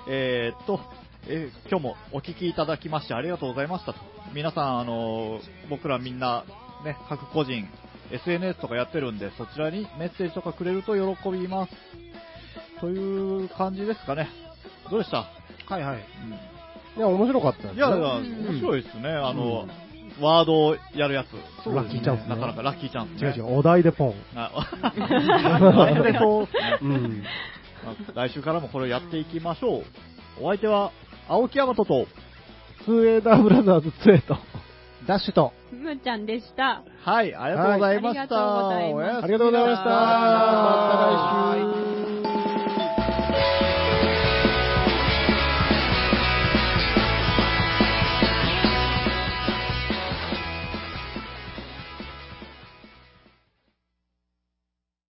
えーっと、えー今日もお聞きいただきましてありがとうございましたと。皆さん、あのー僕らみんな、ね、各個人、SNS とかやってるんで、そちらにメッセージとかくれると喜びます。という感じですかね。どうでした、はいはい。いや、面白かったですいねや、いやうん面白いですね。あの、ワードをやるやつ。ラッキーチャンスねなかなかラッキーチャンス、ね。違う違う、お題でポン。 あ お題でポン。うん。まあ来週からもこれをやっていきましょう。お相手は、青木大和と、ツーエイダーブラザーズツエイト。ダッシュと。むーちゃんでした。はい、ありがとうございました。はいありがとうございましおやすみなさたありがとうございました。また来週。